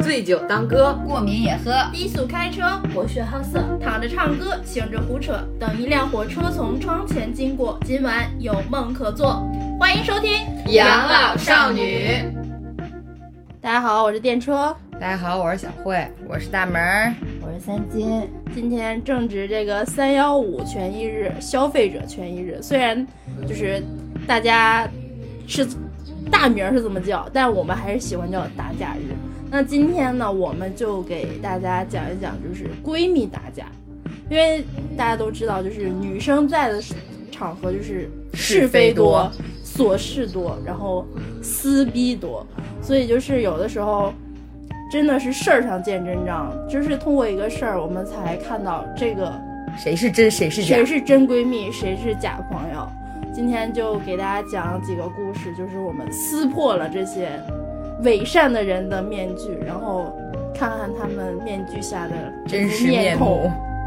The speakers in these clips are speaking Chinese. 醉酒当歌，过敏也喝。低速开车，博学好色，躺着唱歌，醒着胡扯。等一辆火车从窗前经过，今晚有梦可做。欢迎收听《养老少女》。大家好，我是电车，大家好，我是小慧，我是大门儿。我是三金，今天正值这个三幺五权益日、消费者权益日，虽然就是大家是大名是这么叫，但我们还是喜欢叫打假日。那今天呢，我们就给大家讲一讲，就是闺蜜打假，因为大家都知道，就是女生在的场合就是是非多、琐事多，然后撕逼多，所以就是有的时候。真的是事儿上见真章，就是通过一个事儿，我们才看到这个谁是真，谁是假谁？是真闺蜜，谁是假朋友。今天就给大家讲几个故事，就是我们撕破了这些伪善的人的面具，然后看看他们面具下的真实面面孔。目。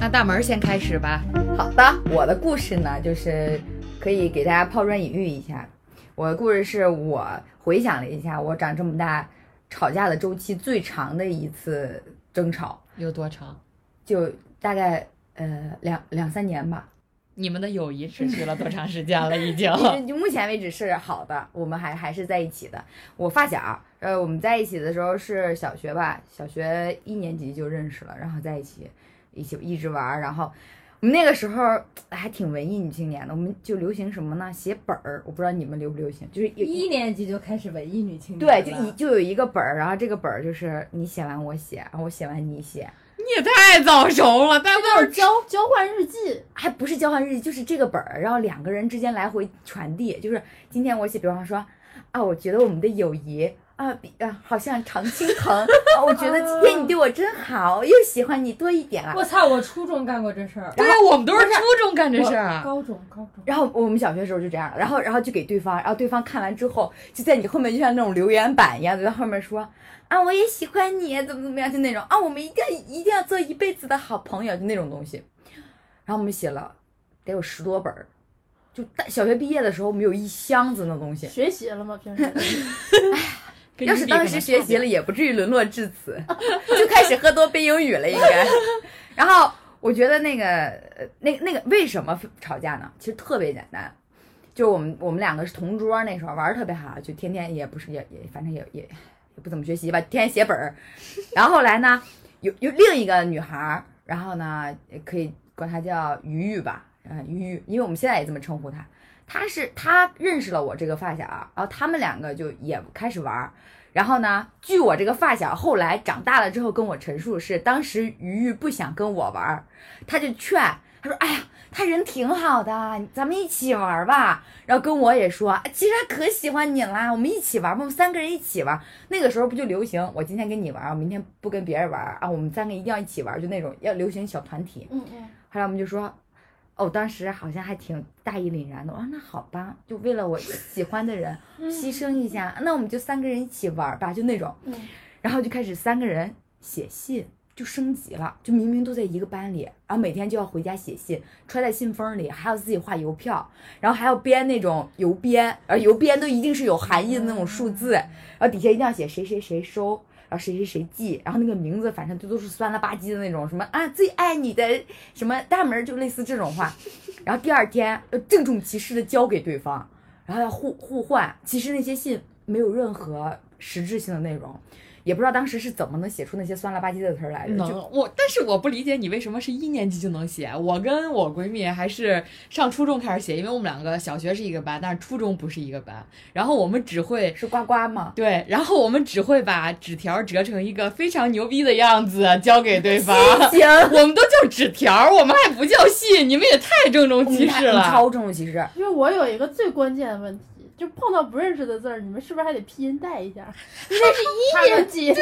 那大门儿先开始吧。好的，我的故事呢，就是可以给大家抛砖引玉一下。我的故事是我回想了一下，我长这么大吵架的周期最长的一次争吵，有多长？就大概呃两两三年吧。你们的友谊持续了多长时间了？ 已经就目前为止是好的，我们还还是在一起的。我发小，呃，我们在一起的时候是小学吧，小学一年级就认识了，然后在一起，一起一直玩儿。然后我们那个时候哎还挺文艺女青年的，我们就流行什么呢？写本儿，我不知道你们流不流行，就是有一年级就开始文艺女青对，年就了一就有一个本儿，然后这个本儿就是你写完我写，然后我写完你写，你也太早熟了，但那种交交换日记，还不是交换日记，就是这个本儿，然后两个人之间来回传递。就是今天我写，比方说，啊，我觉得我们的友谊啊，比啊，好像常青藤啊，我觉得今天你对我真好，又喜欢你多一点啊了我。操！我初中干过这事儿，对啊，我们都是初中干这事啊啊儿，高中高嗯中。然后我们小学时候就这样了，然后然后就给对方，然后对方看完之后，就在你后面就像那种留言板一样，就在后面说啊，我也喜欢你，怎么怎么样，就那种啊，我们一定要一定要做一辈子的好朋友，就那种东西。然后我们写了得有十多本儿，就大小学毕业的时候，我们有一箱子那东西。学习了吗？平时跟要你是比当可时能学差习了，也不至于沦落至此， 就开始喝多背英语了，应该。 然后我觉得那个呃那那个为什么吵架呢？其实特别简单，就是我们我们两个是同桌，那时候玩的特别好，就天天也不是也也反正也也也不怎么学习吧，天天写本儿。然后后来呢，有有另一个女孩儿，然后呢可以管她叫鱼鱼吧，嗯，鱼鱼，因为我们现在也这么称呼她。她是她认识了我这个发小，然后他们两个就也开始玩儿，然后呢，据我这个发小后来长大了之后跟我陈述是，当时鱼鱼不想跟我玩儿，他就劝他说：“哎呀，他人挺好的，咱们一起玩儿吧。”然后跟我也说：“啊其实他可喜欢你啦，我们一起玩儿吧，我们三个人一起玩儿。”那个时候不就流行我今天跟你玩儿，我明天不跟别人玩儿啊，我们三个一定要一起玩儿，就那种要流行小团体。嗯嗯，后来我们就说，哦，当时好像还挺大义凛然的。我说那好吧，就为了我喜欢的人牺牲一下，那我们就三个人一起玩儿吧，就那种。嗯然后就开始三个人写信，就升级了，就明明都在一个班里，然后每天就要回家写信，揣在信封里，还要自己画邮票，然后还要编那种邮编，而邮编都一定是有含义的那种数字，嗯然后底下一定要写谁谁谁收。然后谁谁谁寄，然后那个名字反正就都是酸了吧唧的那种，什么啊最爱你的什么大门儿就类似这种 话，然后第二天呃郑重其事的交给对方，然后要互互换。其实那些信没有任何实质性的内容，也不知道当时是怎么能写出那些酸了吧唧的词儿来的。就能我，但是我不理解你为什么是一年级就能写。我跟我闺蜜还是上初中开始写，因为我们两个小学是一个班，但是初中不是一个班。然后我们只会是呱呱 吗？对，然后我们只会把纸条折成一个非常牛逼的样子交给对 方。行，我们都叫纸条，我们还不叫信，你们也太郑重你其看事你了。超郑重其事。因为我有一个最关键的问题。就碰到不认识的字儿，你们是不是还得拼音带一下？ 那是一年级，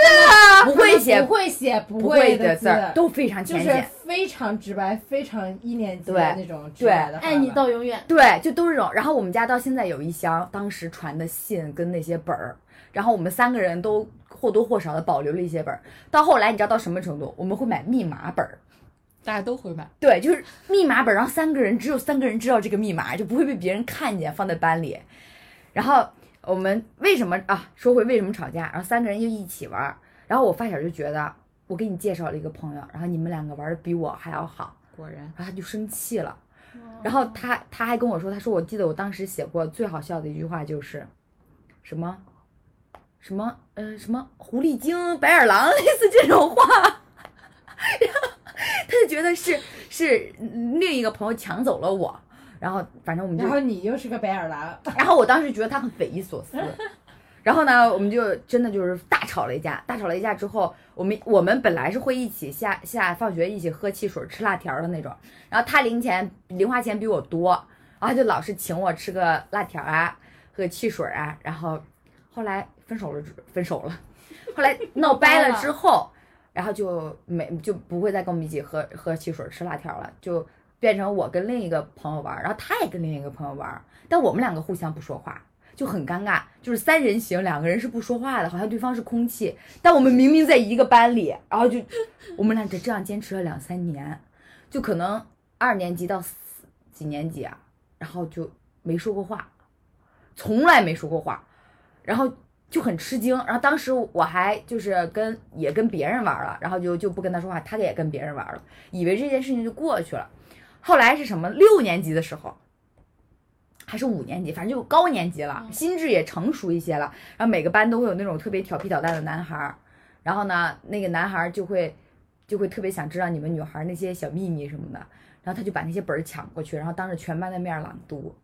不会写不会写不不会会的字字儿都非常就浅是显。非常直白，非常一年级的对哎那种直白的话了。爱你到永远。对，就都是这种。然后我们家到现在有一箱当时传的信跟那些本儿，然后我们三个人都或多或少的保留了一些本儿。到后来你知道到什么程度？我们会买密码本儿，大家都会买。对，就是密码本，然后三个人只有三个人知道这个密码，就不会被别人看见，放在班里。然后我们为什么啊？说回为什么吵架，然后三个人就一起玩儿。然后我发小就觉得我给你介绍了一个朋友，然后你们两个玩的比我还要好，果然，然后他就生气了。 嗯然后他他还跟我说，他说我记得我当时写过最好笑的一句话就是，什么，什么呃什么狐狸精、白眼狼， 类似这种话。然后他就觉得是是另一个朋友抢走了我，然后反正我们就然后你又是个白眼狼， 然后我当时觉得他很匪夷所思，然后呢，我们就真的就是大吵了一架。大吵了一架之后，我们我们本来是会一起下下放学一起喝汽水、吃辣条的那种。然后他零钱零花钱比我多，然后他就老是请我吃个辣条啊，喝汽水啊。然后后来分手了之，分手了。后来闹掰了之后，然后就没就不会再跟我们一起喝喝汽水、吃辣条了，就变成我跟另一个朋友玩，然后他也跟另一个朋友玩。但我们两个互相不说话，就很尴尬，就是三人行，两个人是不说话的，好像对方是空气，但我们明明在一个班里，然后就我们俩就这样坚持了两三年，就可能二年级到四几年级啊，然后就没说过话，从来没说过话，然后。就很吃惊，然后当时我还就是跟也跟别人玩了，然后就就不跟他说话，他也跟别人玩了，以为这件事情就过去了。后来是什么？六年级的时候，还是五年级，反正就高年级了，心智也成熟一些了。然后每个班都会有那种特别调皮捣蛋的男孩儿，然后呢，那个男孩儿就会就会特别想知道你们女孩儿那些小秘密什么的，然后他就把那些本儿抢过去，然后当着全班的面儿朗读。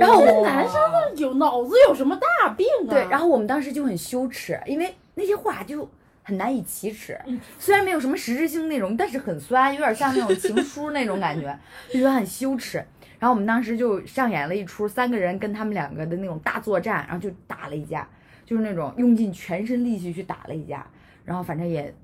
然后这男生的有脑子有什么大病啊？对，然后我们当时就很羞耻，因为那些话就很难以启齿，虽然没有什么实质性内容，但是很酸，有点像那种情书那种感觉， 就觉得很羞耻。然后我们当时就上演了一出三个人跟他们两个的那种大作战，然后就打了一架，就是那种用尽全身力气去打了一架，然后反正也。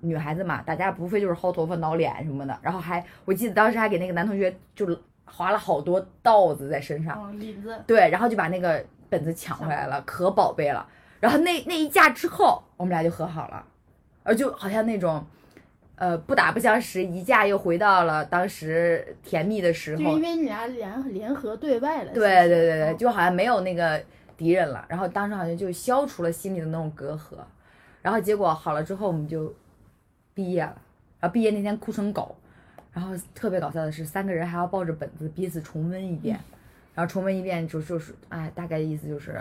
女孩子嘛，打架无非就是薅头发、挠脸什么的，然后还我记得当时还给那个男同学就是划了好多道子在身上，哦林子对，然后就把那个本子抢回来了，可宝贝了。然后那那一架之后，我们俩就和好了，呃，就好像那种，呃，不打不相识，一架又回到了当时甜蜜的时就候。因为你俩联联合对外了。对对对嗯对，就好像没有那个敌人了，然后当时好像就消除了心里的那种隔阂，然后结果好了之后我们就毕业了，然后毕业那天哭成狗，然后特别搞笑的是三个人还要抱着本子彼此重温一遍，然后重温一遍就就是哎大概意思就是。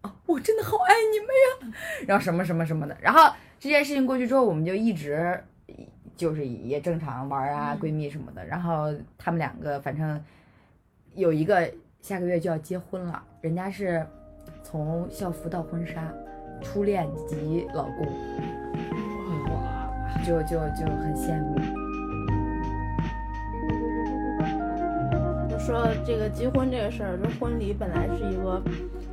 啊，我真的好爱你们呀，然后什么什么什么的，然后这件事情过去之后，我们就一直就是也正常玩啊，闺蜜什么的，然后他们两个反正有一个下个月就要结婚了，人家是从校服到婚纱，初恋及老公，就就就很羡慕。就说这个结婚这个事儿，这婚礼本来是一个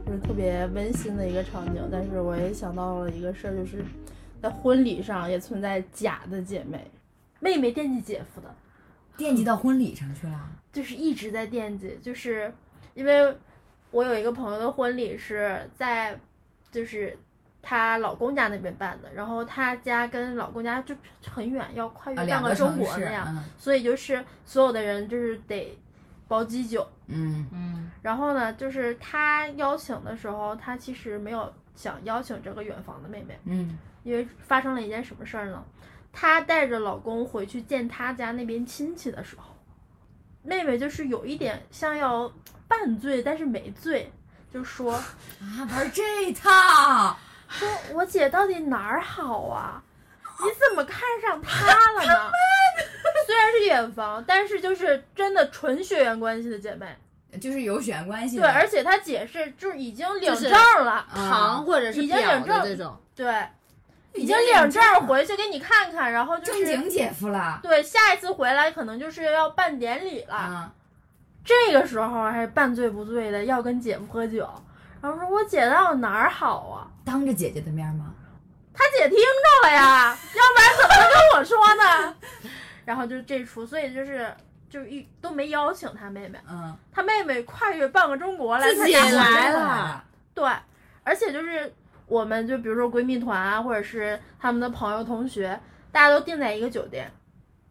就是特别温馨的一个场景，但是我也想到了一个事儿，就是在婚礼上也存在假的姐妹，妹妹惦记姐夫的， 惦记到婚礼上去了，就是一直在惦记，就是因为我有一个朋友的婚礼是在就是她老公家那边办的，然后她家跟老公家就很远，要跨越啊，半两个个中城国市，那样，嗯所以就是所有的人就是得包机酒。嗯嗯，然后呢，就是他邀请的时候，他其实没有想邀请这个远房的妹妹，嗯因为发生了一件什么事儿呢？她带着老公回去见她家那边亲戚的时候，妹妹就是有一点像要半醉，但是没醉，就说啊，玩这一套，说我姐到底哪儿好啊？你怎么看上她了呢？ 虽然是远房，但是就是真的纯血缘关系的姐妹。就是有血缘关系对，而且她姐是就是已经领就是证儿了，堂或者是已经表领的证这种，对，已啊已经经领领证证儿了回去给你看看，然后就是正经姐夫了对，下一次回来可能就是要办典礼了。啊，这个时候还半醉不醉的，要跟姐夫喝酒，然后说我姐到底哪儿好啊？当着姐姐的面吗？他姐听着了 呀，要不然怎么跟我说呢？ 然后就这出，所以就是就一都没邀请他妹妹，嗯，他妹妹跨越半个中国来自他己家来了啊了，对，而且就是我们就比如说闺蜜团啊，或者是他们的朋友同学，大家都订在一个酒店，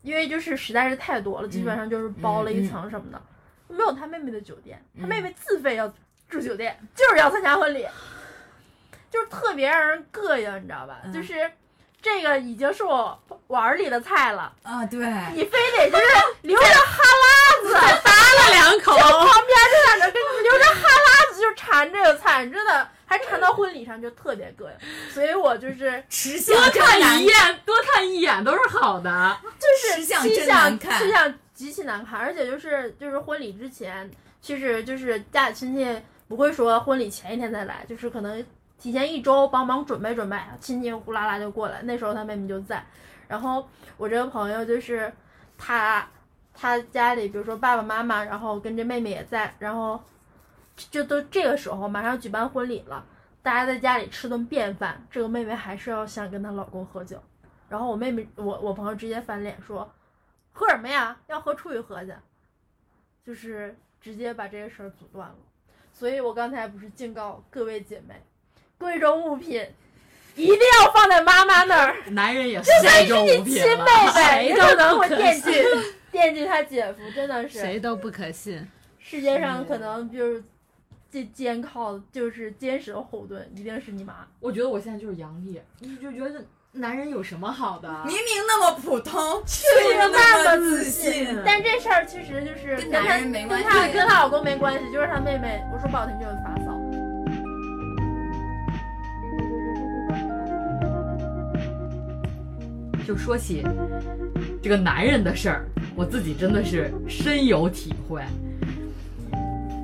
因为就是实在是太多了，基本上就是包了一层什么的，没有他妹妹的酒店，他妹妹自费要住酒店，就是要参加婚礼，就是特别让人膈应，你知道吧？嗯就是这个已经是我碗里的菜了，啊，对，你非得就是留着哈喇子，了两口，旁边 就在那跟留着哈喇子就馋这个菜，真的还馋到婚礼上就特别膈应，所以我就是吃相多真难看一眼，多看一眼都是好的。就是吃相吃真相难看吃相极其难看，而且就是就是婚礼之前，其实就是家里亲戚不会说婚礼前一天再来，就是可能提前一周帮忙准备准备，亲戚呼啦啦就过来，那时候他妹妹就在，然后我这个朋友就是他他家里比如说爸爸妈妈，然后跟这妹妹也在，然后就都这个时候马上要举办婚礼了。大家在家里吃顿便饭，这个妹妹还是要想跟她老公喝酒，然后我妹妹，我我朋友直接翻脸说：“喝什么呀？要喝出去喝去。”就是直接把这个事儿阻断了。所以我刚才不是警告各位姐妹，贵重物品一定要放在妈妈 那儿，男人也是就算贵是重你物亲品妹了，妹，谁也都不能能会可惦信，记惦记她姐夫，真的是谁都不可信。世界上可能就是最坚靠就是坚实的后盾，一定是你妈。我觉得我现在就是杨笠，你就觉得男人有什么好的？啊明明那么普通，却又那那么自自信信。但这事儿其实就是跟跟男她人没跟关她系跟她老公没关系，就是她妹妹。我说不好听就是发骚。就说起这个男人的事儿，我自己真的是深有体会。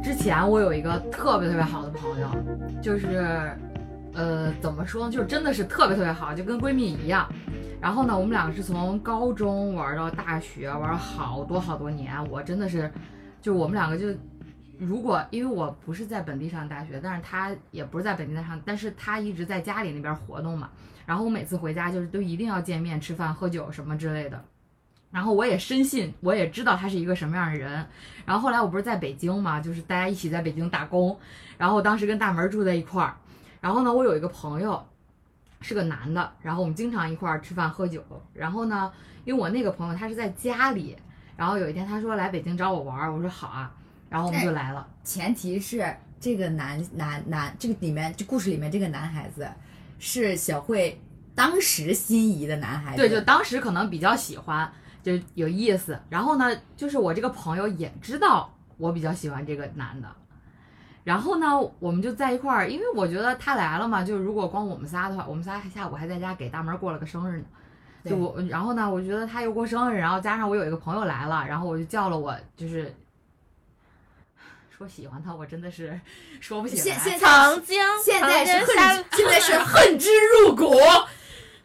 之前我有一个特别特别好的朋友，就是，呃，怎么说呢，就是真的是特别特别好，就跟闺蜜一样。然后呢，我们两个是从高中玩到大学，玩了好多好多年。我真的是，就我们两个就，如果因为我不是在本地上大学，但是他也不是在本地上，但是他一直在家里那边活动嘛。然后我每次回家就是都一定要见面、吃饭、喝酒什么之类的。然后我也深信，我也知道他是一个什么样的人。然后后来我不是在北京嘛，就是大家一起在北京打工，然后我当时跟大门住在一块儿。然后呢，我有一个朋友是个男的，然后我们经常一块儿吃饭喝酒。然后呢，因为我那个朋友他是在家里，然后有一天他说来北京找我玩儿，我说好啊，然后我们就来了。前提是这个男男男，这个里面这故事里面这个男孩子是小慧当时心仪的男孩子，对，就当时可能比较喜欢，就有意思。然后呢，就是我这个朋友也知道我比较喜欢这个男的，然后呢，我们就在一块儿，因为我觉得他来了嘛，就如果光我们仨的话，我们仨下午还在家给大门过了个生日呢。就对我，然后呢，我觉得他又过生日，然后加上我有一个朋友来了，然后我就叫了我，就是说喜欢他，我真的是 说不起现来。现在曾经，现在是曾经瞎恨，现在是恨之入骨。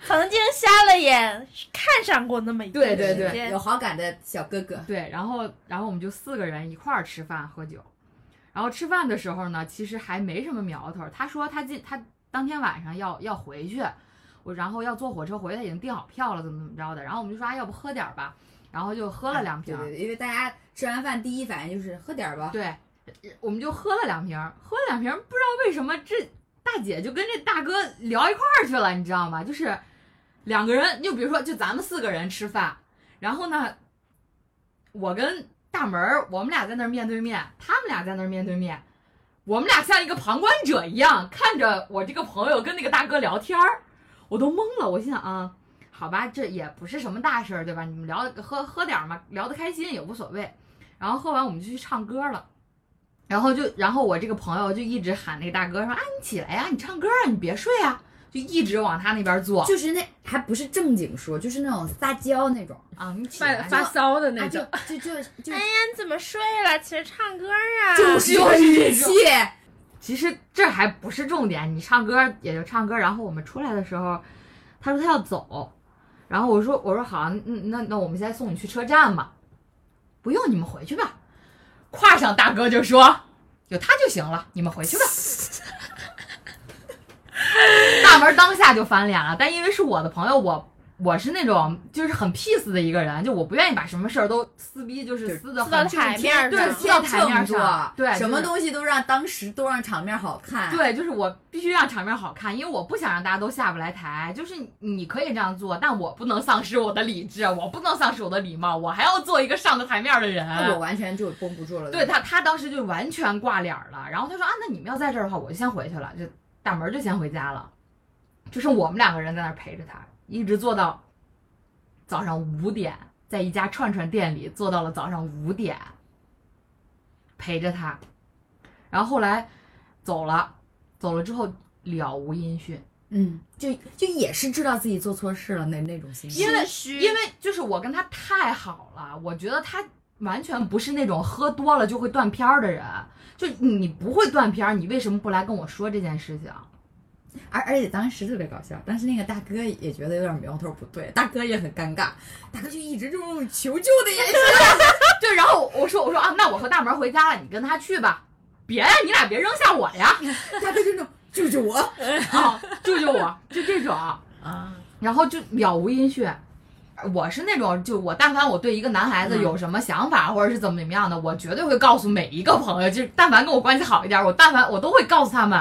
曾经瞎了眼，看上过那么一段对对对时间有好感的小哥哥，对，然后然后我们就四个人一块儿吃饭喝酒，然后吃饭的时候呢，其实还没什么苗头儿。他说他今他当天晚上要要回去，我然后要坐火车回去，他已经订好票了，怎么怎么着的。然后我们就说，啊，要不喝点儿吧，然后就喝了两瓶对儿。对对，因为大家吃完饭第一反应就是喝点儿吧，哎对，我们就喝了两瓶儿，喝了两瓶儿，不知道为什么这大姐就跟这大哥聊一块儿去了，你知道吗？就是两个人，就比如说，就咱们四个人吃饭，然后呢，我跟大门儿，我们俩在那儿面对面，他们俩在那儿面对面，我们俩像一个旁观者一样看着我这个朋友跟那个大哥聊天儿，我都懵了，我心想啊。好吧，这也不是什么大事儿，对吧？你们聊喝喝点儿嘛，聊得开心也无所谓。然后喝完我们就去唱歌了，然后就然后我这个朋友就一直喊那个大哥说啊你起来呀、你唱歌啊，你别睡啊，就一直往他那边坐就是那还不是正经说，就是那种撒娇那种，啊，你起发来发骚的那啊种。就就就 就哎呀，你怎么睡了？其实唱歌啊，就是这语气，其实这还不是重点，你唱歌也就唱歌。然后我们出来的时候，他说他要走，然后我说我说好，嗯那那我们现在送你去车站吧，不用你们回去吧。跨上大哥就说有他就行了，你们回去吧。 大门当下就翻脸了，但因为是我的朋友，我我是那种就是很 peace 的一个人，就我不愿意把什么事儿都撕逼，就是撕的撕到很台面上，对撕到台面上，对，什就是么东西都让当时都让场面好看。，对，就是我必须让场面好看，因为我不想让大家都下不来台。就是你可以这样做，但我不能丧失我的理智，我不能丧失我的礼貌，我还要做一个上得台面儿的那我啊人。完全就绷不住了。对他，他当时就完全挂脸儿了。然后他说啊，那你们要在这儿的话，我就先回去了，就大门儿就先回家了，就剩我们两个人在那儿陪着他，一直坐到早上五点，在一家串串店里坐到了早上五点，陪着他。然后后来走了，走了之后了无音讯，嗯，就就也是知道自己做错事了那那种心情。因为虚因为就是我跟他太好了，我觉得他完全不是那种喝多了就会断片儿的人。就你不会断片儿，你为什么不来跟我说这件事情？而而且当时特别搞笑，当时那个大哥也觉得有点苗头不对，大哥也很尴尬，大哥就一直这种求救的眼神。对，然后我说我说啊，那我和大门回家了，你跟他去吧。别呀，你俩别扔下我呀！大哥就那种救救我啊，救救我，就这种。啊！然后就了无音讯。我是那种，就我但凡我对一个男孩子有什么想法，或者是怎么怎么样的，我绝对会告诉每一个朋友，就是但凡跟我关系好一点，我但凡我都会告诉他们，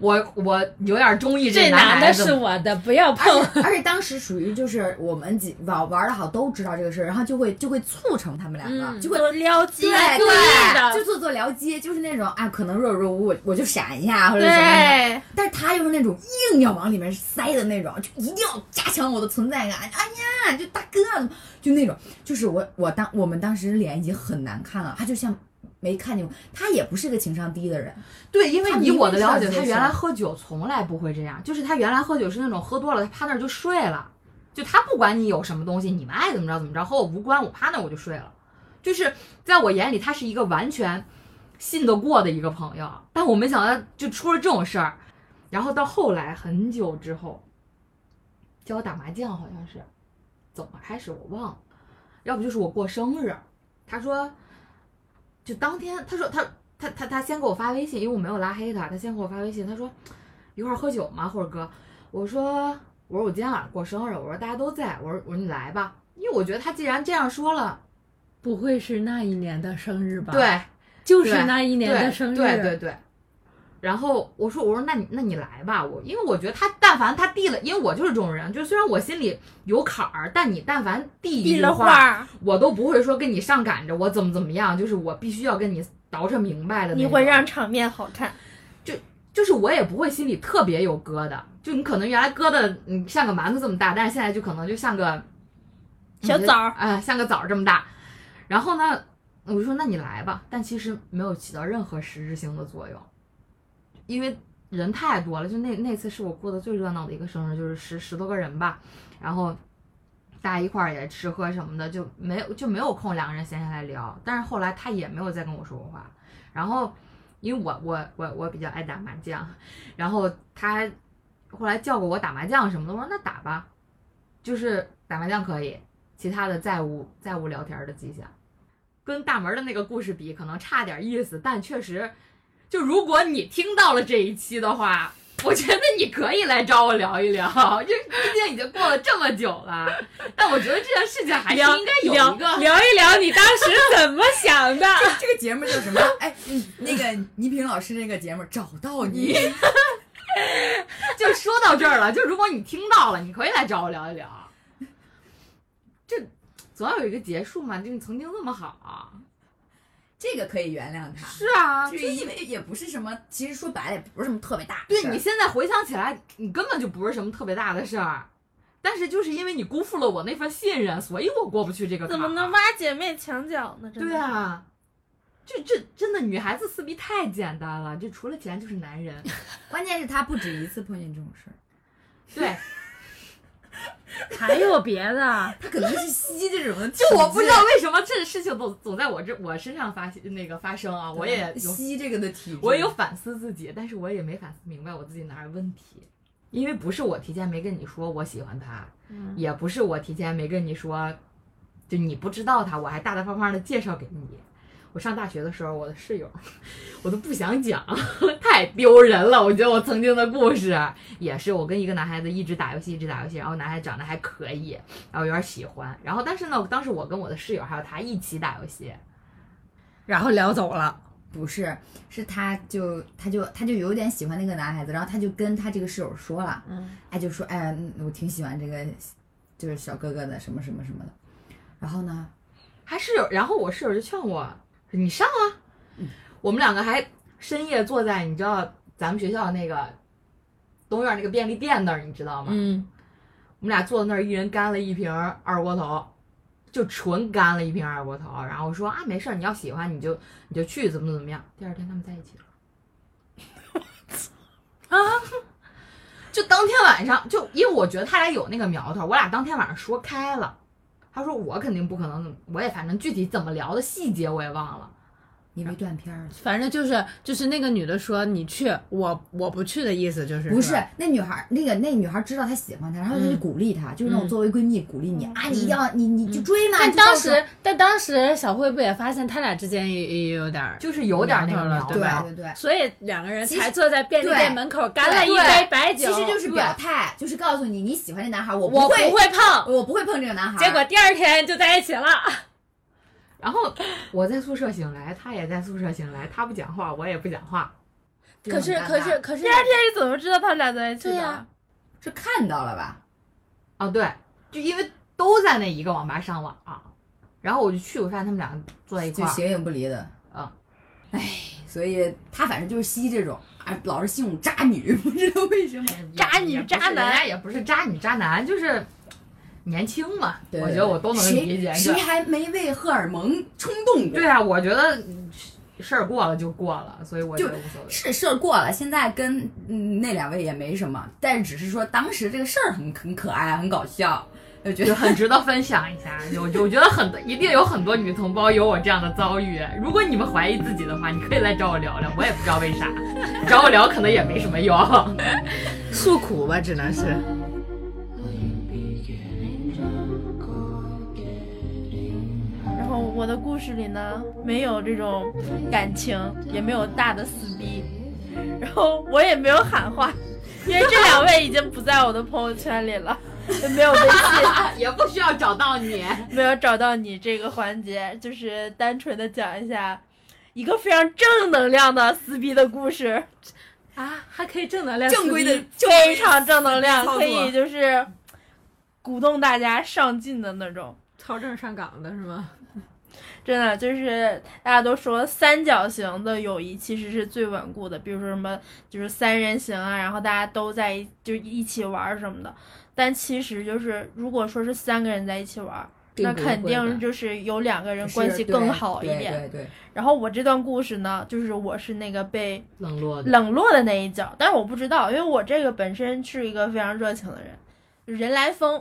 我我有点中意这男男孩的子。是我的，不要啊碰。而且而且当时属于就是我们几玩玩的好都知道这个事儿，然后就会就会促成他们两个，嗯啊就会多撩机对故意对，就的，做做聊机，就是那种啊，可能若有若无，我我就闪一下或者什么的。对，但是他又是那种硬要往里面塞的那种，就一定要加强我的存在感。哎呀，就大哥，就那种，就是我我当我们当时脸已经很难看了，他就像没看见我，他也不是个情商低的人，对，因为他以明我明的知道了解，这他件原事来喝酒从来不会这样，就是他原来喝酒是那种喝多了，他趴那儿就睡了，就他不管你有什么东西，你们爱怎么着怎么着，和我无关，我趴那儿我就睡了。就是在我眼里，他是一个完全信得过的一个朋友，但我没想到就出了这种事儿。然后到后来很久之后，教我打麻将好像是，怎么开始我忘了，要不就是我过生日，他说，就当天他说他他他他先给我发微信，因为我没有拉黑他，他先给我发微信，他说一块儿喝酒吗，或者哥，我说我说我今天晚上过生日，我说大家都在，我说我说你来吧，因为我觉得他既然这样说了，不会是那一年的生日吧？，对就是那一啊年的生日。对对对对。然后我说我说那你那你来吧，我因为我觉得他但凡他递了，因为我就是这种人，就虽然我心里有坎儿，但你但凡递一递句了话，话，我都不会说跟你上赶着，我怎么怎么样，就是我必须要跟你倒饬明白的那种。你会让场面好看，就是我也不会心里特别有疙瘩，就你可能原来疙瘩你像个馒头这么大，但是现在就可能就像个小枣儿哎、像个枣儿这么大。然后呢，我就说那你来吧，但其实没有起到任何实质性的作用，因为人太多了。就那那次是我过得最热闹的一个生日，就是十十多个人吧，然后大家一块儿也吃喝什么的，就没有就没有空两个人闲下来聊。但是后来他也没有再跟我说过话，然后。因为我我我我比较爱打麻将，然后他还后来叫过我打麻将什么的，我说那打吧，就是打麻将可以，其他的再无再无聊天的迹象。跟大门的那个故事比，可能差点意思，但确实，就如果你听到了这一期的话，我觉得你可以来找我聊一聊，就毕竟已经过了这么久了。 但我觉得这件事情还是聊应该有聊一个聊一聊你当时怎么想的？这个节目叫什么？哎，嗯那个倪萍老师那个节目找到嗯你， 就说到这儿了，就如果你听到了，你可以来找我聊一聊。这总要有一个结束嘛，就你曾经这么好啊，这个可以原谅他。是啊，就就是因为也不是什么，其实说白了也不是什么特别大的对事儿。你现在回想起来，你根本就不是什么特别大的事儿，但是就是因为你辜负了我那份信任，所以我过不去这个坎怎儿么能挖姐妹墙角呢？真的对，啊，这这真的女孩子撕逼太简单了，就除了钱就是男人。关键是他不止一次碰见这种事儿，对，还有别的？他可能是吸这 种的体就 液，我不知道为什么这事情总总在我这我身上发那个发生啊，我也有吸这个的体质，我也有反思自己，但是我也没反思明白我自己哪儿有问题，因为不是我提前没跟你说我喜欢他，嗯也不是我提前没跟你说，就你不知道他，我还大大方方的介绍给你，我上大学的时候，我的室友，我都不想讲， 太丢人了。我觉得我曾经的故事也是，我跟一个男孩子一直打游戏，一直打游戏，然后男孩子长得还可以，然后有点喜欢，然后但是呢，当时我跟我的室友还有他一起打游戏，然后聊走了。不是，是他就他就他就有点喜欢那个男孩子，然后他就跟他这个室友说了，嗯，哎，就说哎，嗯我挺喜欢这个，就是小哥哥的什么什么什么的。然后呢，还室友，然后我室友就劝我，你上啊，我们两个还深夜坐在你知道咱们学校那个东院那个便利店那儿，你知道吗？嗯，我们俩坐在那儿，一人干了一瓶二锅头，就纯干了一瓶二锅头。然后说啊，没事儿，你要喜欢你就你就去，怎么怎么样。第二天他们在一起了。啊！就当天晚上，就因为我觉得他俩有那个苗头，我俩当天晚上说开了。他说我肯定不可能怎么，我也反正具体怎么聊的细节我也忘了。因为断片儿了。反正就是就是那个女的说你去，我我不去的意思就是不是是那女孩儿，那个那女孩儿知道他喜欢他，然后他就嗯鼓励他，就是那种嗯作为闺蜜鼓励你、啊，你一定要你你就追嘛。但就到当时时但当时小慧不也发现他俩之间也也有点儿，就是有点那个苗头，对对对，所以两个人其实才坐在便利店对门口干了对一杯白其酒，实就是对表态，就是告诉你你喜欢这男孩儿，我不我不会，哦会碰。我不会碰这个男孩儿。结果第二天就在一起了，然后我在宿舍醒来，他也在宿舍醒来，他不讲话，我也不讲话。就很尴尬可是第二天你怎么知道他们俩在一起的？对呀是看到了吧？啊，对，就因为都在那一个网吧上网、啊然后我就去，我发现他们两个坐在一块就儿，形影不离的。嗯，哎，所以他反正就是吸这种，哎，老是吸这种渣女， 不知道为什么。也渣女也不是渣男人家也不是渣女渣男，就是年轻嘛，对我觉得我都能理解。谁谁还没为荷尔蒙冲动过？对啊，我觉得嗯事儿过了就过了，所以我觉得无所谓。是事儿过了，现在跟嗯那两位也没什么，但是只是说当时这个事儿很很可爱，很搞笑，就觉就得 很值得分享一下，有我觉得很多一定有很多女同胞有我这样的遭遇。如果你们怀疑自己的话，你可以来找我聊聊，我也不知道为啥，找我聊可能也没什么用。 诉苦吧，只能是。然后我的故事里呢，没有这种感情，也没有大的撕逼，然后我也没有 喊话，因为这两位已经不在我的朋友圈里了，也没有微信，啊也不需要找到你。没有找到你这个环节，就是单纯的讲一下一个非常正能量的撕逼的故事，啊，还可以 正能量正规的撕逼非常正能量，操作可以就是鼓动大家上进的那种。操正上岗的是吗？真的就是大家都说三角形的友谊其实是最稳固的，比如说什么就是三人行啊，然后大家都在一就一起玩儿什么的。但其实就是如果说是三个人在一起玩儿，那肯定就是有两个人关系更好一点。对对对，然后我这段故事呢，就是我是那个被冷落的。冷落的那一角，但是我不知道，因为我这个本身是一个非常热情的人，就人来疯，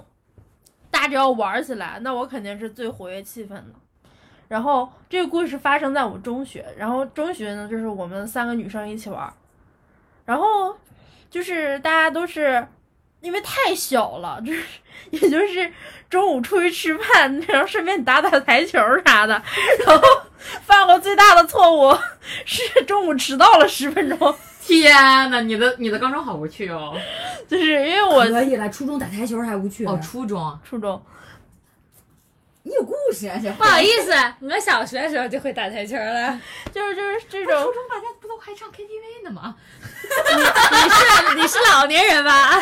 大家只要玩儿起来，那我肯定是最活跃气氛的。然后这个故事发生在我中学，然后中学呢，就是我们三个女生一起玩儿，然后就是大家都是因为太小了，就是也就是中午出去吃饭，然后顺便打打台球啥的，然后 犯过最大的错误是中午迟到了十分钟，天呐，你的你的高中好无趣哦。就是因为我可以了。初中打台球还无趣啊呢哦，初中初中你有故事啊，小不好意思，我小学的时候就会打台球了。就是就是这种初，中大家不都还唱 KTV 呢吗？你是你是老年人吧？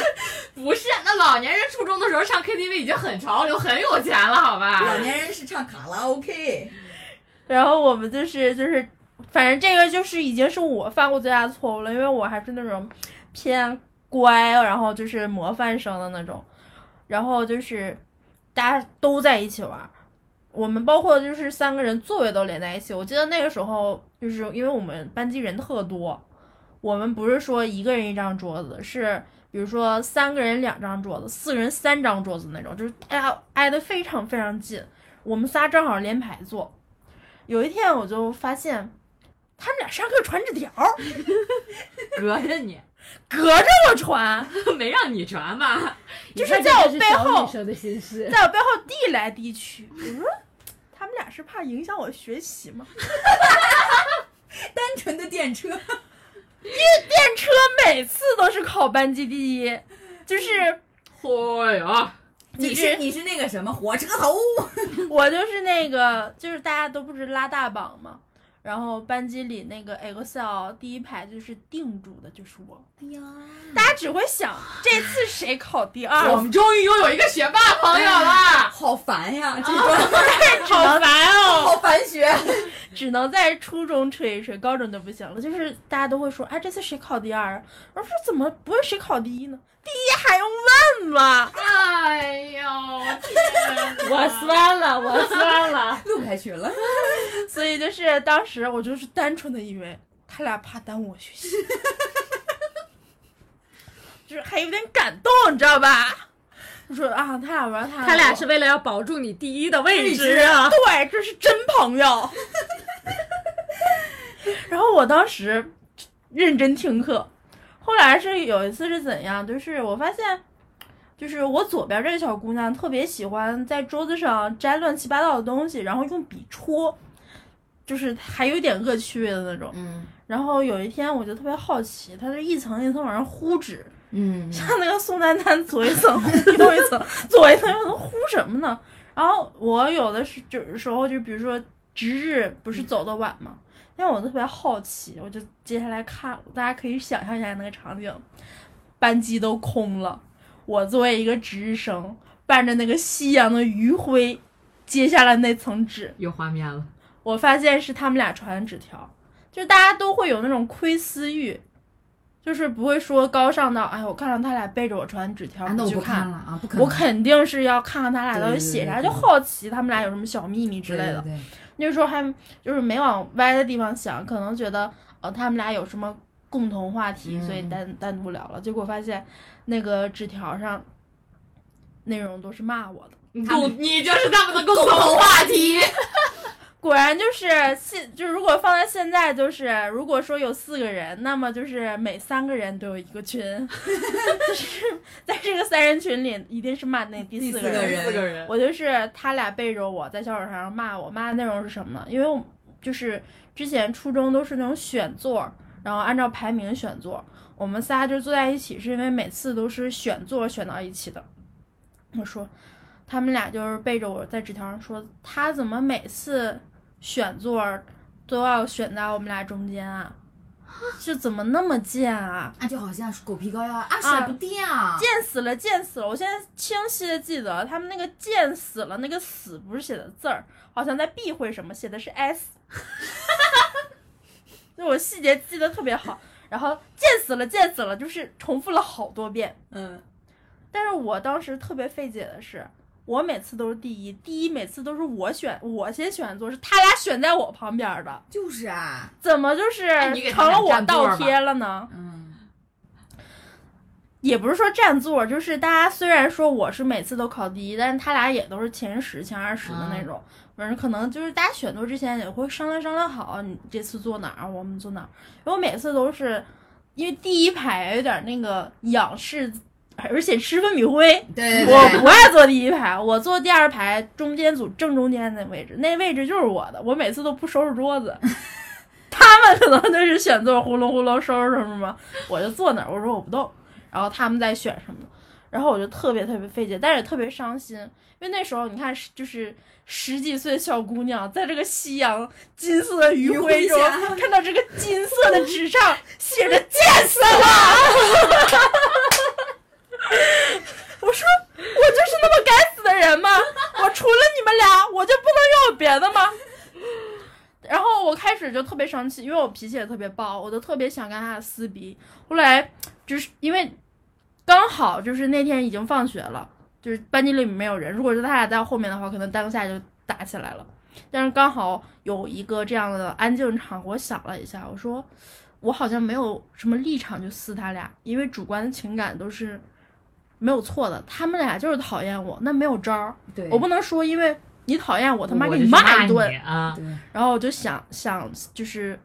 不是，那老年人初中的时候唱 KTV 已经很潮流、很有钱了，好吧老？年人是唱卡拉 OK，然后我们就是就是，反正这个就是已经是我犯过最大的错误了，因为我还是那种偏乖，然后就是模范生的那种，然后就是大家都在一起玩儿。我们包括就是三个人座位都连在一起。我记得那个时候，就是因为我们班级人特多，我们不是说一个人一张桌子，是比如说三个人两张桌子，四个人三张桌子那种，就是大家挨得非常非常近。我们仨正好连排坐。有一天我就发现，他们俩上课传纸条， 隔着你，隔着我传，没让你传吧？就是在我背后说的心事。在我背后递来递去。我说他们俩是怕影响我学习吗？单纯的电车，电车每次都是考班级第一，就是嚯呀！你是你是那个什么火车头，我就是那个，就是大家都不是拉大榜嘛，然后班级里那个 Excel 第一排就是定住的，就是我。哎呀，大家只会想这次谁考第啊我二，们终于拥有一个学霸朋友了。啊好烦呀！这哦种好烦哦！好烦学， 只能在初中吹一吹，高中都不行了。就是大家都会说，哎，这次谁考第二啊？我说怎么不会谁考第一呢？第一还用问吗？哎呦，我酸了，我酸 了。录不开群了。所以就是当时我就是单纯的以为他俩怕耽误我学习， 就是还有点感动，你知道吧？我说啊，他俩玩他他俩是为了要保住你第一的位置 啊！对，这是真朋友。然后我当时认真听课，后来是有一次是怎样？就是我发现，就是我左边这个小姑娘特别喜欢在桌子上摘乱七八糟的东西，然后用笔戳，就是还有点恶趣味的那种。嗯然后有一天我就特别好奇，她就一层一层往上糊纸，嗯，像那个宋丹丹左一层右一层，左一层右一层呼什么呢？然后我有的时就是时候就比如说值日不是走的晚嘛，因为我特别好奇，我就接下来看，大家可以想象一下那个场景，班级都空了，我作为一个值日生，伴着那个夕阳的余晖，接下了那层纸，有画面了，我发现是他们俩传的纸条，就是大家都会有那种窥私欲，就是不会说高尚到，哎，我看到他俩背着我传纸条，啊，那我去不看看。了啊，不可能，我肯定是要看看他俩到底写对对对啥，对就好奇他们俩有什么小秘密之类的。对，对那时候还就是没往歪的地方想，可能觉得呃他们俩有什么共同话题，嗯所以单单独聊了。结果发现那个纸条上内容都是骂我的。共你就是他们的共同话题。果然就是现，就是如果放在现在，就是如果说有四个人，那么就是每三个人都有一个群， 就是在这个三人群里，一定是骂那第第四四个个人。人，人，我就是他俩背着我在小手上骂我，骂的内容是什么呢？因为我就是之前初中都是那种选座，然后按照排名选座，我们仨就坐在一起，是因为每次都是选座选到一起的。我说，他们俩就是背着我在纸条上说，他怎么每次选座都要选在我们俩中间啊？这怎么那么贱啊？啊，就好像是狗皮膏药啊，甩不啊掉，贱死了，贱死了！我现在清晰的记得，他们那个“贱死了”那个“死”不是写的字儿，好像在避讳什么，写的是 “s”。就我细节记得特别好，然后“贱死了，贱死了”就是重复了好多遍。嗯，但是我当时特别费解的是，我每次都是第一，第一每次都是我选，我先选座，是他俩选在我旁边的，就是啊，怎么就是哎你给他成俩了我占座倒吧贴了呢？嗯，也不是说占座，就是大家虽然说我是每次都考第一，但是他俩也都是前十、前二十的那种。反正可能就是大家选座之前也会商量商量好，你这次坐哪儿，我们坐哪儿。因为我每次都是因为第一排有点那个仰视，而且吃粉笔灰。对对我对，不爱坐第一排，我坐第二排中间组正中间那位置，那位置就是我的。我每次都不收拾桌子， 他们可能就是选座呼隆呼隆收拾什么什么，我就坐那儿，我说我不动，然后他们再选什么的，然后我就特别特别费解，但是也特别伤心，因为那时候你看是就是。十几岁的小姑娘，在这个夕阳金色的余晖中余晖下，看到这个金色的纸上写着“见死了”， 我说我就是那么该死的人吗？我除了你们俩，我就不能拥有别的吗？然后我开始就特别生气，因为我脾气也特别暴，我就特别想跟他撕逼。后来就是因为刚好就是那天已经放学了，就是班级里没有人。如果是他俩在后面的话，可能当下就打起来了。但是刚好有一个这样的安静场，我想了一下，我说我好像没有什么立场去撕他俩，因为主观的情感都是没有错的。他们俩就是讨厌我，那没有招儿，对我不能说因为你讨厌我，他妈我给就是骂骂一顿。你啊！对，嗯然后我就想想就是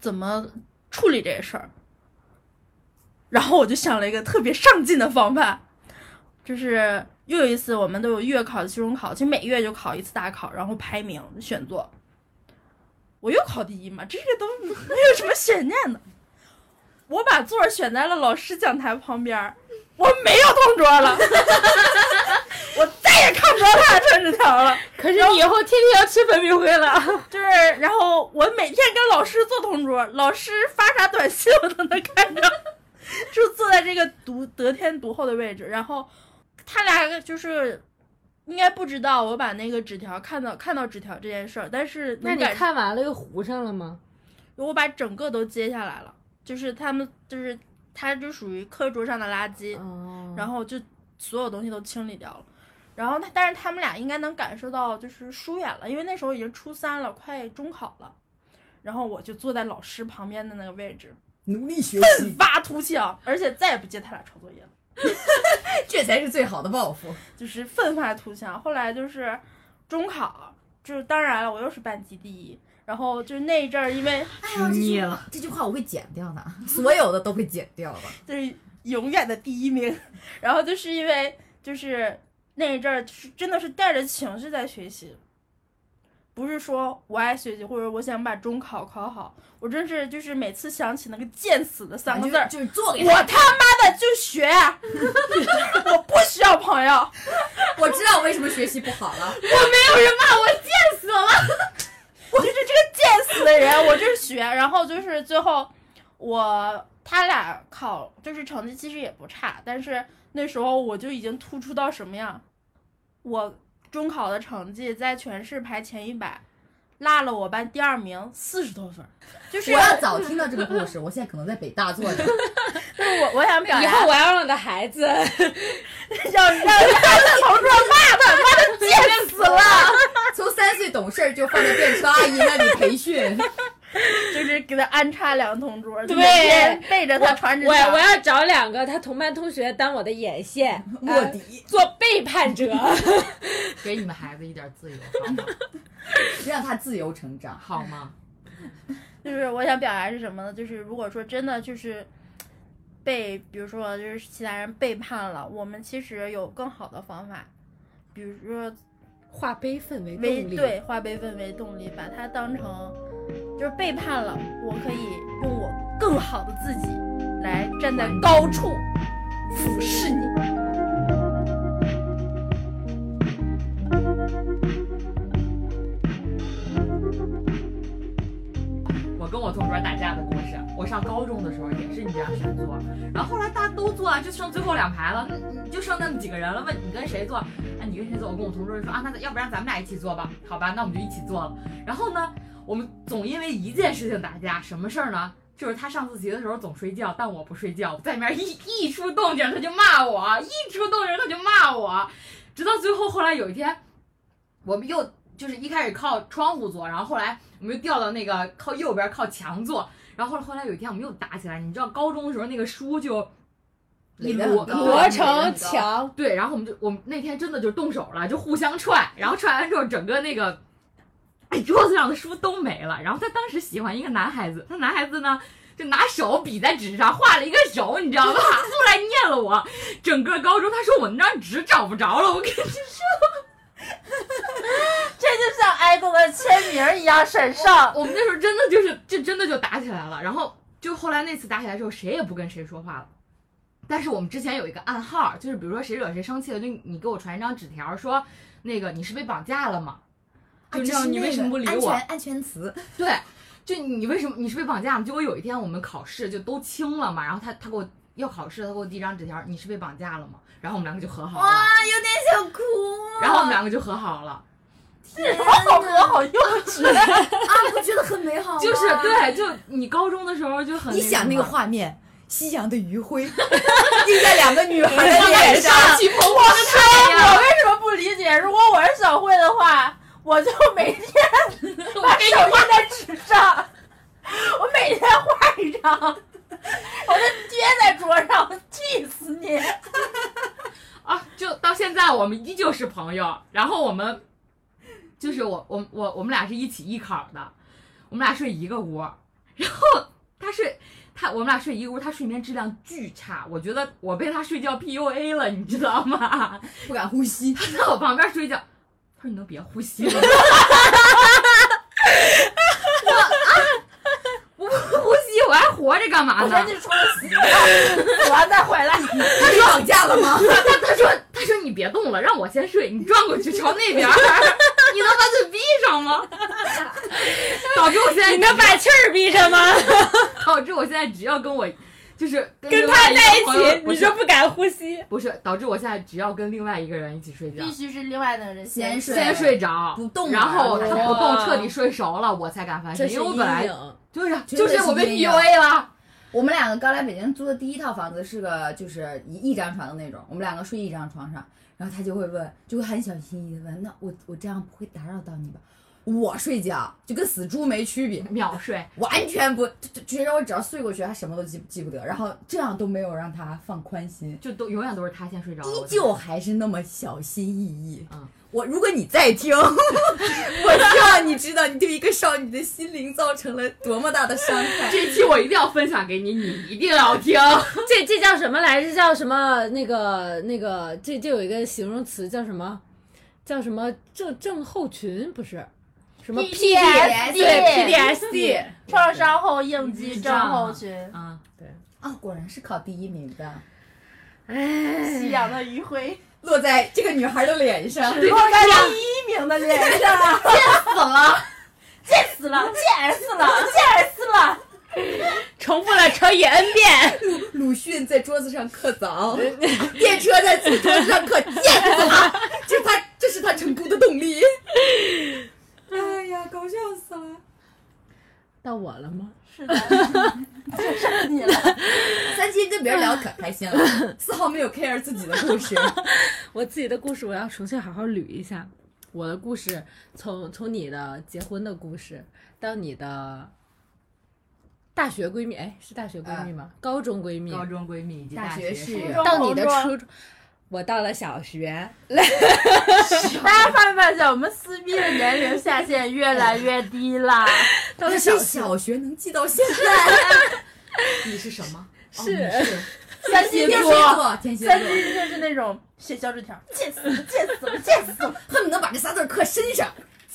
怎么处理这事儿，然后我就想了一个特别上进的方法，就是又有一次我们都有月考、期中考，其实每月就考一次大考，然后排名选座。我又考第一嘛，这个都没有什么悬念的。我把座儿选在了老师讲台旁边儿，我没有同桌了，我再也看不着他传纸条了。可是你以后天天要吃粉笔灰 了。就是，然后我每天跟老师做同桌，老师发啥短信我都能看着，就坐在这个独得天独厚的位置。然后他俩就是应该不知道我把那个纸条看到看到纸条这件事儿，但是那能你感看完了又糊上了吗？我把整个都揭下来了，就是他们就是他就属于课桌上的垃圾，嗯哦，然后就所有东西都清理掉了。然后他，但是他们俩应该能感受到就是疏远了，因为那时候已经初三了，快中考了。然后我就坐在老师旁边的那个位置，努力学奋习，发图强，而且再也不接他俩抄作业了，这才是最好的报复。就是奋发图强。后来就是中考，就是当然了，我又是班级第一。然后就是那一阵儿，因为哎呀，这句腻嗯了这句话我会剪掉的，所有的都会剪掉的。就是永远的第一名。 然后就是因为就是那一阵儿，就是真的是带着情绪在学习，不是说我爱学习或者我想把中考考好，我真是就是每次想起那个贱死的三个字儿啊。就是就是做给我他。他妈的就学， 我不需要朋友，我知道我为什么学习不好了，我就是这个贱死的人，我就是学。然后就是最后我他俩考就是成绩其实也不差，但是那时候我就已经突出到什么样，我中考的成绩在全市排前一百，落了我班第二名四十多分儿，就是我要早听到这个故事，我现在可能在北大坐着。就是我我想表以达后我要让我的孩子要让他的同桌骂他，骂他贱死了。从三岁懂事儿就放在电车阿姨那里培 训，就是给他安插两个同桌，对每天背着他传纸我啊条我要找两个他同班同学当我的眼线，卧底，做背叛者。给你们孩子一点自由，让他自由成长。好吗？好吗？就是我想表达是什么呢？就是如果说真的就是被，比如说就是其他人背叛了，我们其实有更好的方法，比如说化悲愤为为动力，对化悲愤为动力，把它当成就是背叛了，我可以用我更好的自己来站在高处俯视你。我跟我同桌打架的故事。我上高中的时候也是你这样选座，然后后来大家都坐，就剩最后两排了，那你就剩那么几个人了。问你跟谁坐？哎，你跟谁坐？我跟我同桌就说啊，那要不然咱们俩一起坐吧？好吧，那我们就一起坐了。然后呢，我们总因为一件事情打架，什么事儿呢？就是他上自习的时候总睡觉，但我不睡觉，在里面一一出动静他就骂我，一出动静他就骂我，直到最后，后来有一天，我们又就是一开始靠窗户坐，然后后来我们又调到那个靠右边靠墙坐，然后后来后来有一天我们又打起来，你知道高中的时候那个书就一哎摞磨成墙。对，然后我们就我们那天真的就动手了，就互相踹，然后踹完之后整个那个哎桌子上的书都没了。然后他当时喜欢一个男孩子，那男孩子呢就拿手比在纸上画了一个手，你知道吧？ 后来念了我整个高中，他说我那张纸找不着了，我跟你这就像爱豆的签名一样神圣。 我们那时候真的就是，这真的就打起来了。然后就后来那次打起来之后，谁也不跟谁说话了。但是我们之前有一个暗号，就是比如说谁惹谁生气了，就你给我传一张纸条，说那个你是被绑架了吗？啊就这样，你为什么不理安我全？安全词， 对，就你为什么你是被绑架了？结果有一天我们考试就都清了嘛，然后他他给我要考试，他给我递一张纸条，你是被绑架了吗？然后我们两个就和好了，有点想哭。然后我们两个就和好了。好恶好幼稚。啊，不觉得很美好吗？就是对，就你高中的时候就很你想那个话。画面，夕阳的余晖映在两个女孩的脸上，起蓬勃的太阳。哎我为什么不理解？如果我是小慧的话，我就每天把手印在纸上，我每天画一张， 我就贴在桌上，气死你！啊，就到现在我们依旧是朋友，然后我们就是我我我我们俩是一起艺考的，我们俩睡一个屋，然后他睡他我们俩睡一个屋，他睡眠质量巨差，我觉得我被他睡觉 PUA 了，你知道吗？ 不敢呼吸，他在我旁边睡觉，他说你能别呼吸 了吗。我啊，我不呼吸，我还活着干嘛呢？完再回来，他是绑架了吗？他 他他说他说你别动了，让我先睡，你转过去朝那边儿，你能把嘴闭上吗？ 导致我现在你能把气儿闭上吗？ 导致我现在只要跟我就是跟跟他在一起，你就不敢呼吸。不是，导致我现在只要跟另外一个人一起睡觉必，须是另外那个人先睡，先睡着不动啊然后他不动，哇彻底睡熟了，我才敢翻这身，是因为我阴本来影。就是真的就是是我被阴影 PUA 了。我们两个刚来北京租的第一套房子是个就是一一张床的那种，我们两个睡一张床上，然后他就会问，就会很小心翼翼的问，那我我这样不会打扰到你吧？我睡觉就跟死猪没区别，秒睡，完全不，就就觉得我只要睡过去，他什么都记记不得，然后这样都没有让他放宽心，就都永远都是他先睡着了，依我才旧还是那么小心翼翼。嗯我如果你在 听，我希望你知道你对一个少女的心灵造成了多么大的伤害。这一期我一定要分享给你，你一定要听。这这叫什么来着？这叫什么？那个那个，这这有一个形容词叫什么？叫什么症症候群？不是什么 P PTSD 对 PDSD 创伤后应激症候群，嗯啊，啊、果然是考第一名的。夕阳的余晖，落在这个女孩的脸上，落在第一名的脸上了，贱死了，贱死了，贱死了，重复了乘以 n 遍。鲁迅在桌子上刻凿， 电车在桌子上 刻溅死他，这是他这是他成功的动力。哎呀，搞笑死了！到我了吗？贱死了，是的，就是你了。三七跟别人聊可开心了， 丝毫没有 care 自己的故事。我自己的故事，我要重新好好捋一下。我的故事从从你的结婚的故事，到你的大学闺蜜，哎，是大学闺蜜吗？高中闺蜜，啊高中闺蜜以及大学学啊室室友友。到你的初中，我到了小学，大家发没发现，我们撕逼的年龄下限越来越低了？到但了小是学小学能记到现在，你是什么？是 三星 天蝎座，座，天蝎三座，星就是那种写小纸条，贱死了，贱死了，贱死了，恨不得把这仨字儿刻身上，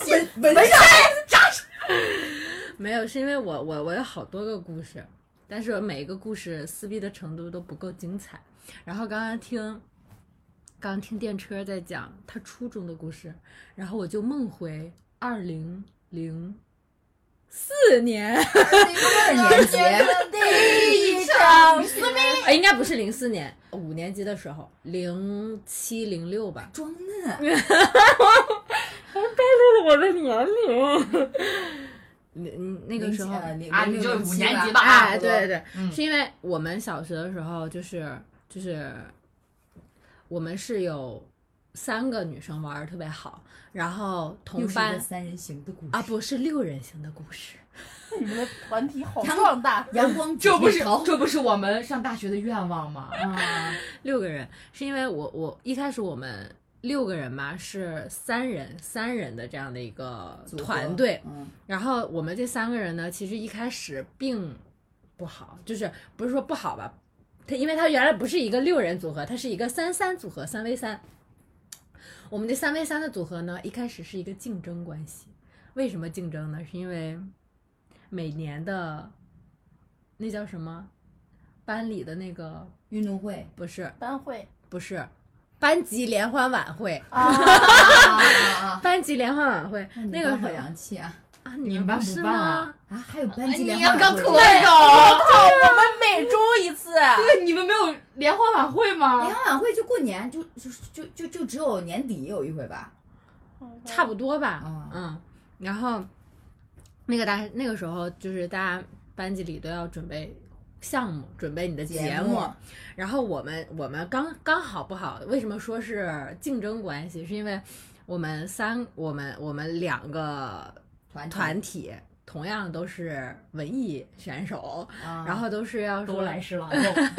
纹纹上。没有，是因为我我我有好多个故事，但是我每一个故事撕逼的程度都不够精彩。然后刚刚听，刚刚听电车在讲他初中的故事，然后我就梦回二零零四 年，二年级，第一场撕逼，呃，应该不是零四年，五年级的时候，零七零六吧，装嫩。我的年龄。 你你那个时候啊，你就五年级吧。啊哎，对对，嗯是因为我们小学的时候，就是就是，我们是有三个女生玩的特别好，然后同班三人行的故事啊，不是六人行的故事，你们的团体好壮大，阳光这不是桃花这不是我们上大学的愿望吗？啊，六个人是因为我我一开始我们六个人嘛是三人三人的这样的一个组合团队，嗯，然后我们这三个人呢，其实一开始并不好，就是不是说不好吧？他因为他原来不是一个六人组合，他是一个三三组合，三 v 三。我们这三 v 三的组合呢，一开始是一个竞争关系。为什么竞争呢？是因为每年的那叫什么班里的那个运动会不是班 会不是班级联欢晚会，啊，哦啊，班级联欢晚会那个好时候嗯洋气啊啊，你你们们班不不是办啊吗？啊！还有班级联哎你要刚会吐那种，我们每周一 次，对， 你们没有联欢晚会联吗？欢晚会就过年，就就就就就只有年底有一回吧。差不多吧，哦啊嗯，然后那个大那个时候就是大家班级里都要准备项目，准备你的节节目然后我们我们刚刚好不好？为什么说是竞争关系？是因为我们三我们我们两个团团体同样都是文艺选手，啊，然后都是要说都来是朗诵，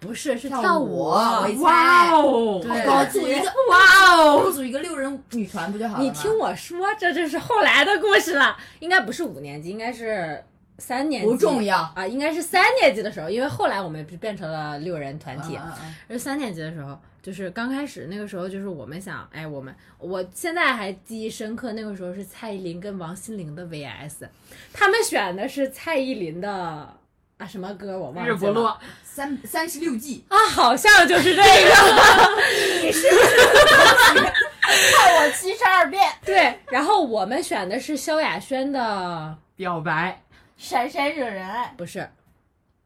不是是跳跳舞舞，我一哇哦！对高组一个哇哦！组一个六人女团不就好了吗？你听我说，这就是后来的故事了，应该不是五年级，应该是三年级不重要。啊，应该是三年级的时候，因为后来我们不是变成了六人团体，啊嗯嗯嗯是三年级的时候，就是刚开始那个时候，就是我们想，哎，我们我现在还记忆深刻，那个时候是蔡依林跟王心凌的 VS，他们选的是蔡依林的啊什么歌我忘记日了，不落，三三十六计，啊，好像就是这个， 看我七十二变，对，然后我们选的是萧亚轩的，表白，闪闪惹人爱。不是啊，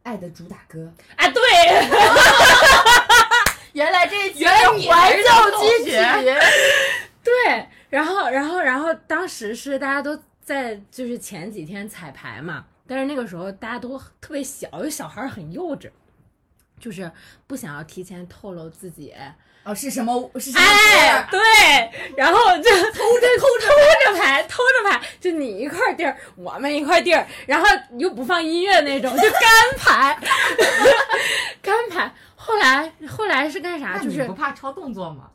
爱的主打歌，对，原来这一期原来你是怀还是旧同金曲学，对，然后然后然后当时是大家都在就是前几天彩排嘛，但是那个时候大家都特别小，有小孩儿很幼稚，就是不想要提前透露自己。哦，是什么？是什么歌？啊哎，对，然后就偷着偷着排，偷着排，就你一块地儿，我们一块地儿，然后又不放音乐那种，就干排， 干排。后来后来是干啥？那啊就你是不怕超动作吗？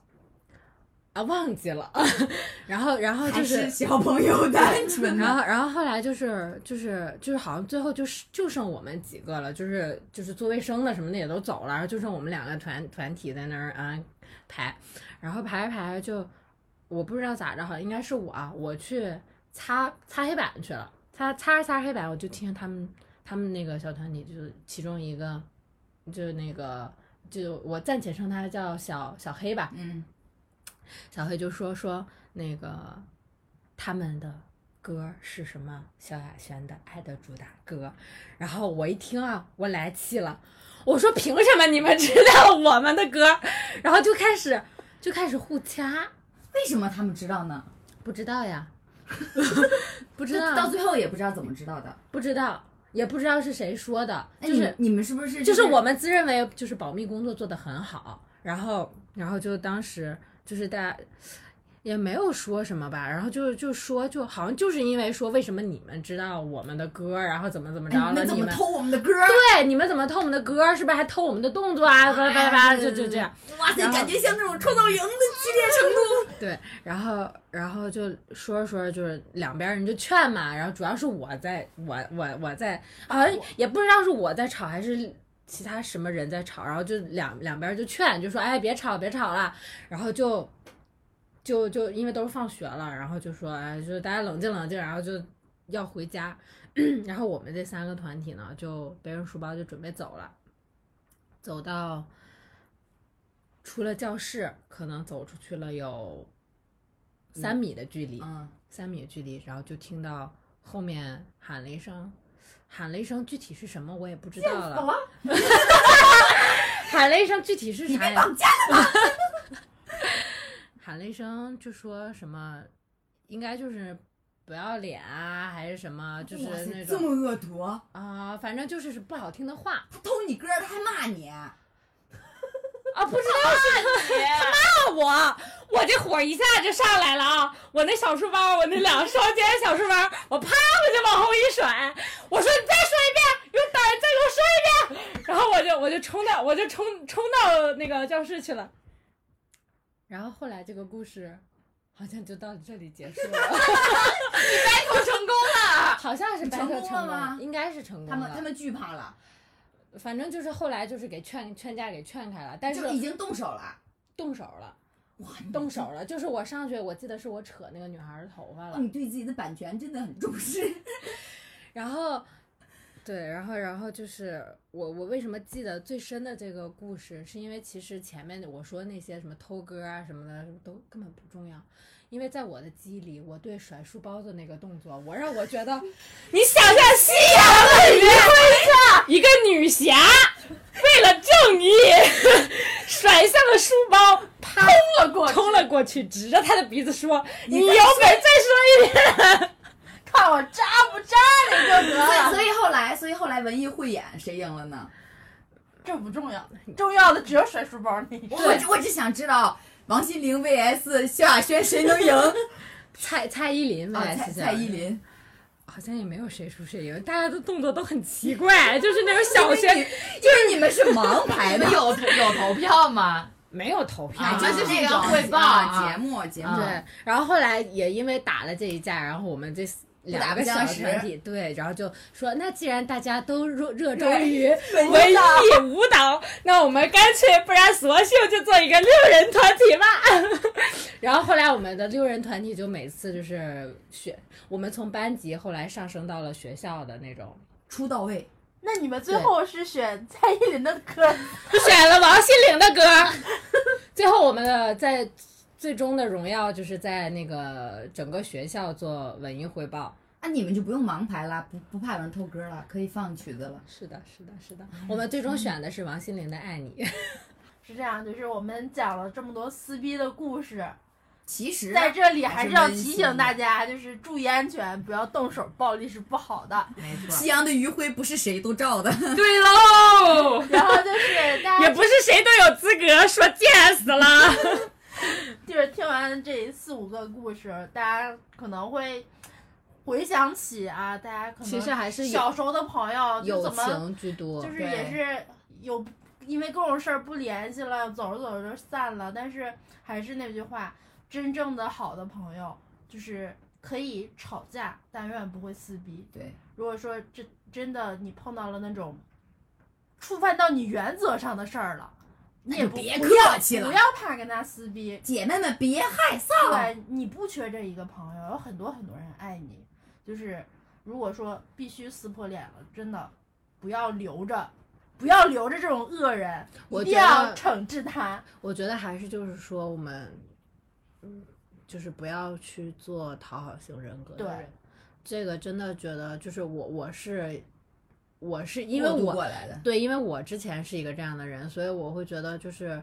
啊，忘记了。 然后然后就还是是小朋友单 纯然呢？后，然后后来就是就是就是，好像最后就是就剩我们几个了，就是就是做卫生的什么的也都走了，然后就剩我们两个团团体在那儿啊排，然后排着排着就我不知道咋着，好像应该是我啊，我去擦擦黑板去了，擦擦着擦着黑板，我就听见他们他们那个小团体就是其中一个就是那个就我暂且称他叫小小黑吧，嗯，小黑就说说那个他们的歌是什么？萧亚轩的《爱的主打歌》。然后我一听啊，我来气了，我说凭什么你们知道我们的歌？然后就开始就开始互掐，为什么他们知道呢？不知道呀， 不知到道，最后也不知道怎么知道的。不知道，也不知道是谁说的，哎就是你你们是不是就是我们自认为就是保密工作做得很好，然后然后就当时就是大家也没有说什么吧，然后就就说就好像就是因为说为什么你们知道我们的歌，然后怎么怎么着哎了，你们怎你么们偷我们的歌？对你们怎么偷我们的歌，是不是还偷我们的动作啊？巴拉巴拉巴拉，就就这样。哇塞，然后感觉像那种创造营的激烈程度。对，然后然后就说着说着，就是两边人就劝嘛，然后主要是我在，我我我在，好、像也不知道是我在吵还是其他什么人在吵，然后就两两边就劝，就说哎别吵别吵了，然后就就就因为都是放学了，然后就说哎就是大家冷静冷静，然后就要回家， 然后我们这三个团体呢就背着书包就准备走了，走到。出了教室，可能走出去了有三米的距离，嗯，三米的距离，然后就听到后面喊了一声，喊了一声，具体是什么我也不知道了， 喊了一声，具体是啥呀？ 喊了一声就说什么，应该就是不要脸啊，还是什么，就是哇塞这那种么恶毒，啊、反正就是是不好听的话他偷你歌，他还骂你。啊，不知道是我，我这火一下就上来了啊！我那小书包，我那两双肩小书包，我啪我就往后一甩，我说你再说一遍，有胆儿再给我说一遍，然后我就我就冲到我就冲冲到那个教室去了。然后后来这个故事好像就到这里结束 了，你 battle 成功了，好像是你 battle 成功了成吗应该是成功了。他们他们惧怕了，反正就是后来就是给劝劝架给劝开了，但是就已经动手了。动手了。哇，动手了，就是我上去，我记得是我扯那个女孩儿的头发了，你对自己的版权真的很重 视。然后，对，然后然后就是我我为什么记得最深的这个故事，是因为其实前面我说那些什么偷歌啊什么的都根本不重要，因为在我的记忆里，我对甩书包的那个动作，我让我觉 得，你想象夕阳的余晖下，一个女侠为了正 义甩下了书包，啪冲了过冲了过去，指着她的鼻子说：“你有本事再说一遍。”看我扎不扎你 就得所以了。所以后来，所以后来文艺汇演谁赢了呢？这不重要，重要的只有甩书包那一我只我只想知道王心凌 vs 萧亚轩谁能 赢？啊，蔡啊蔡依林呗，蔡哎是这蔡样依林，好像也没有谁输谁赢，大家的动作都很奇怪， 就是那种小因为学你因为你们是盲排你的 们，有有投票吗？没有投票，嗯啊就就是是这这个个汇报啊啊节目节目啊。对。然后后来也因为打了这一架，然后我们这两个不打小不相识团体，对，然后就说，那既然大家都热热衷于 文艺艺舞蹈，那我们干脆不然索性就做一个六人团体吧。 然后后来我们的六人团体就每次就是学，我们从班级后来上升到了学校的那种，出到位，那你们最后是选蔡依林的歌， 选了王心凌的歌。 最后我们的在最终的荣耀就是在那个整个学校做文艺汇报。啊，你们就不用盲排啦，不不怕有人偷歌了，可以放曲子了。是的，是的，是的，我们最终选的是王心凌的《爱你》。是这样，就是我们讲了这么多撕逼的故事，其啊实在这里还是要还是温提馨醒大家，就是注意安全，不要动手暴力是不好的。没错，夕阳的余晖不是谁都照的，对喽，然后就是大家不是谁都有资格说见死了。就是听完这四五个故事，大家可能会回想起啊，大家可能其实还是有小时候的朋友就友怎么情居多，就是也是有因为各种事儿不联系了，走着走着就散了。但是还是那句话，真正的好的朋友就是可以吵架，但永远不会撕逼。对，如果说真真的你碰到了那种触犯到你原则上的事儿了，你也就不别不客要气了不要怕跟他撕逼。姐妹们别害臊。对，你不缺这一个朋友，有很多很多人爱你。就是如果说必须撕破脸了，真的不要留着，不要留着这种恶人，我一定觉要得惩治他。我觉得还是就是说我们，嗯，就是不要去做讨好型人格的对人。这个真的觉得就是我我是我是因为过渡我过来的，对，因为我之前是一个这样的人，所以我会觉得就是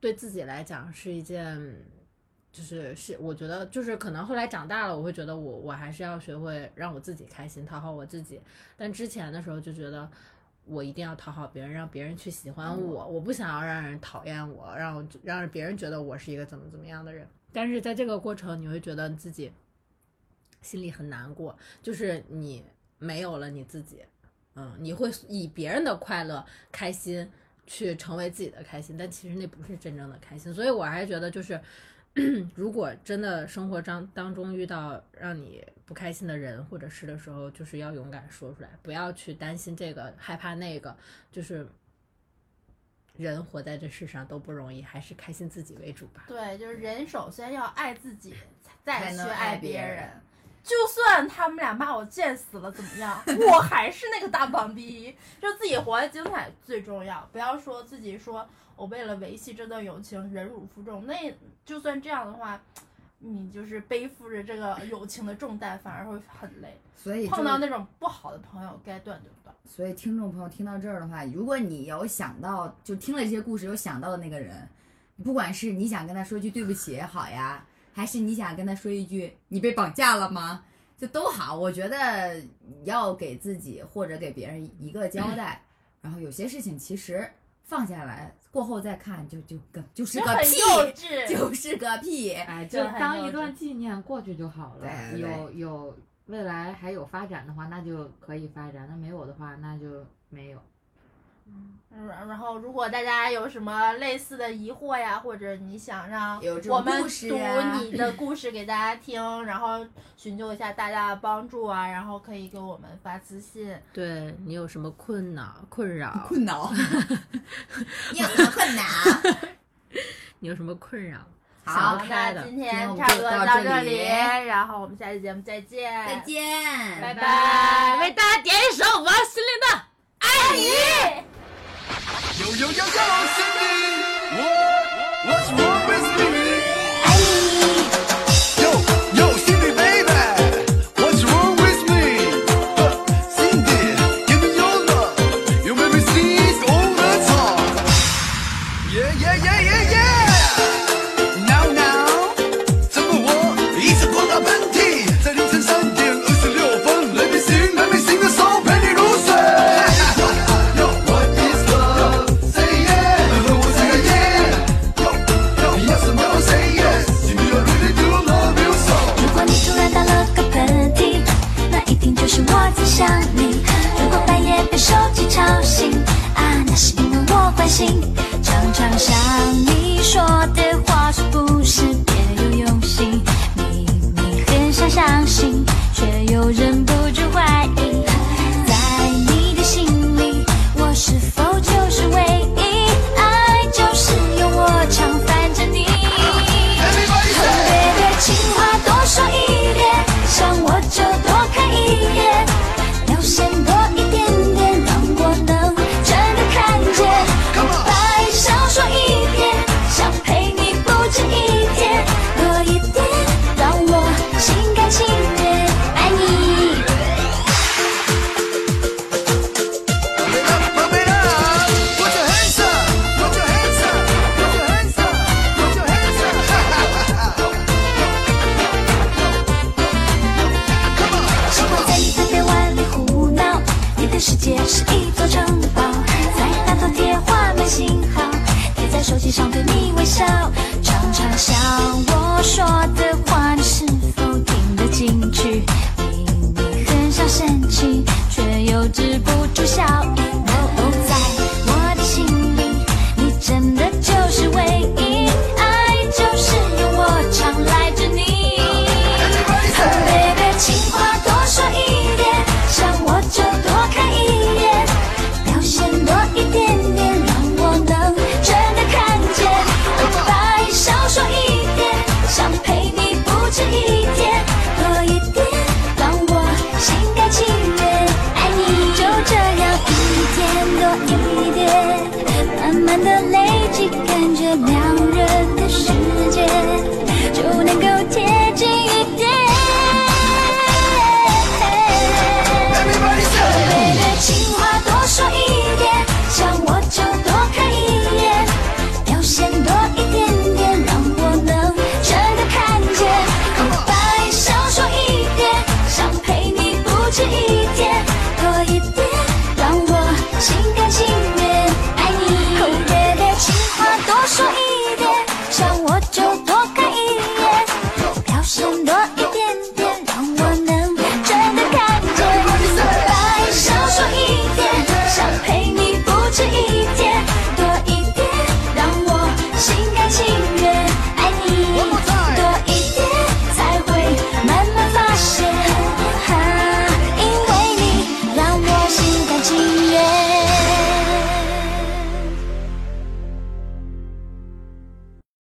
对自己来讲是一件，就是是我觉得就是可能后来长大了，我会觉得我我还是要学会让我自己开心，讨好我自己。但之前的时候就觉得。我一定要讨好别人，让别人去喜欢我。我不想要让人讨厌我，让我让别人觉得我是一个怎么怎么样的人。但是在这个过程，你会觉得你自己心里很难过，就是你没有了你自己，嗯，你会以别人的快乐、开心去成为自己的开心，但其实那不是真正的开心。所以我还是觉得，就是 如果真的生活当当中遇到让你不开心的人或者事的时候，就是要勇敢说出来，不要去担心这个、害怕那个，就是。人活在这世上都不容易，还是开心自己为主吧。对，就是人首先要爱自己，再才去能爱爱别别人人。就算他们俩骂我贱死了怎么样， 我还是那个大棒逼。就自己活得精彩最重要，不要说自己说我为了维系这段友情忍辱负重，那就算这样的话，你就是背负着这个友情的重担，反而会很累。所以就碰到那种不好的朋友，该断就断。所以听众朋友听到这儿的话，如果你有想到，就听了这些故事有想到的那个人，不管是你想跟他说句对不起也好呀，还是你想跟他说一句你被绑架了吗，就都好。我觉得要给自己或者给别人一个交代，然后有些事情其实放下来过后再看，就就个就是这个很幼屁， 稚，就是个屁。哎，这就还当有一这段纪念过去就好了。对有有未来还有发展的话，那就可以发展；那没有的话，那就没有。嗯，然后如果大家有什么类似的疑惑呀，或者你想让有这我种们故事读呀你的故事给大家听，然后寻求一下大家的帮助啊，然后可以给我们发私信。对你有什么困扰、困扰，困扰， 你有什么困 难？你有什么困扰？好想好，不那开的，今天今天我们差不多就到到这这里然后我们下期节目再见，再，见，拜拜，拜为。大家点一首王心凌的。 Yo, yo, yo, yo, Cindy. What? What's wrong with me? Yo, yo, Cindy, baby. What's wrong with me? Uh, Cindy, give me your love. You make me seize all the time. Yeah, yeah, yeah, yeah, yeah. Now, now. 怎么我一直狂打喷嚏？在凌晨三点二十六分，没没醒，没没醒的手陪你入睡。Yo, what is love? Say yeah，和我 say yeah。Yo, yo，你要什么都 say yes，You really do love you so。如果你突然打了个喷嚏，那一定就是我在想你。如果半夜被手机吵醒，啊，那是因为我关心。常常想你说的话是不是别有用心？明明很想相信，却又有人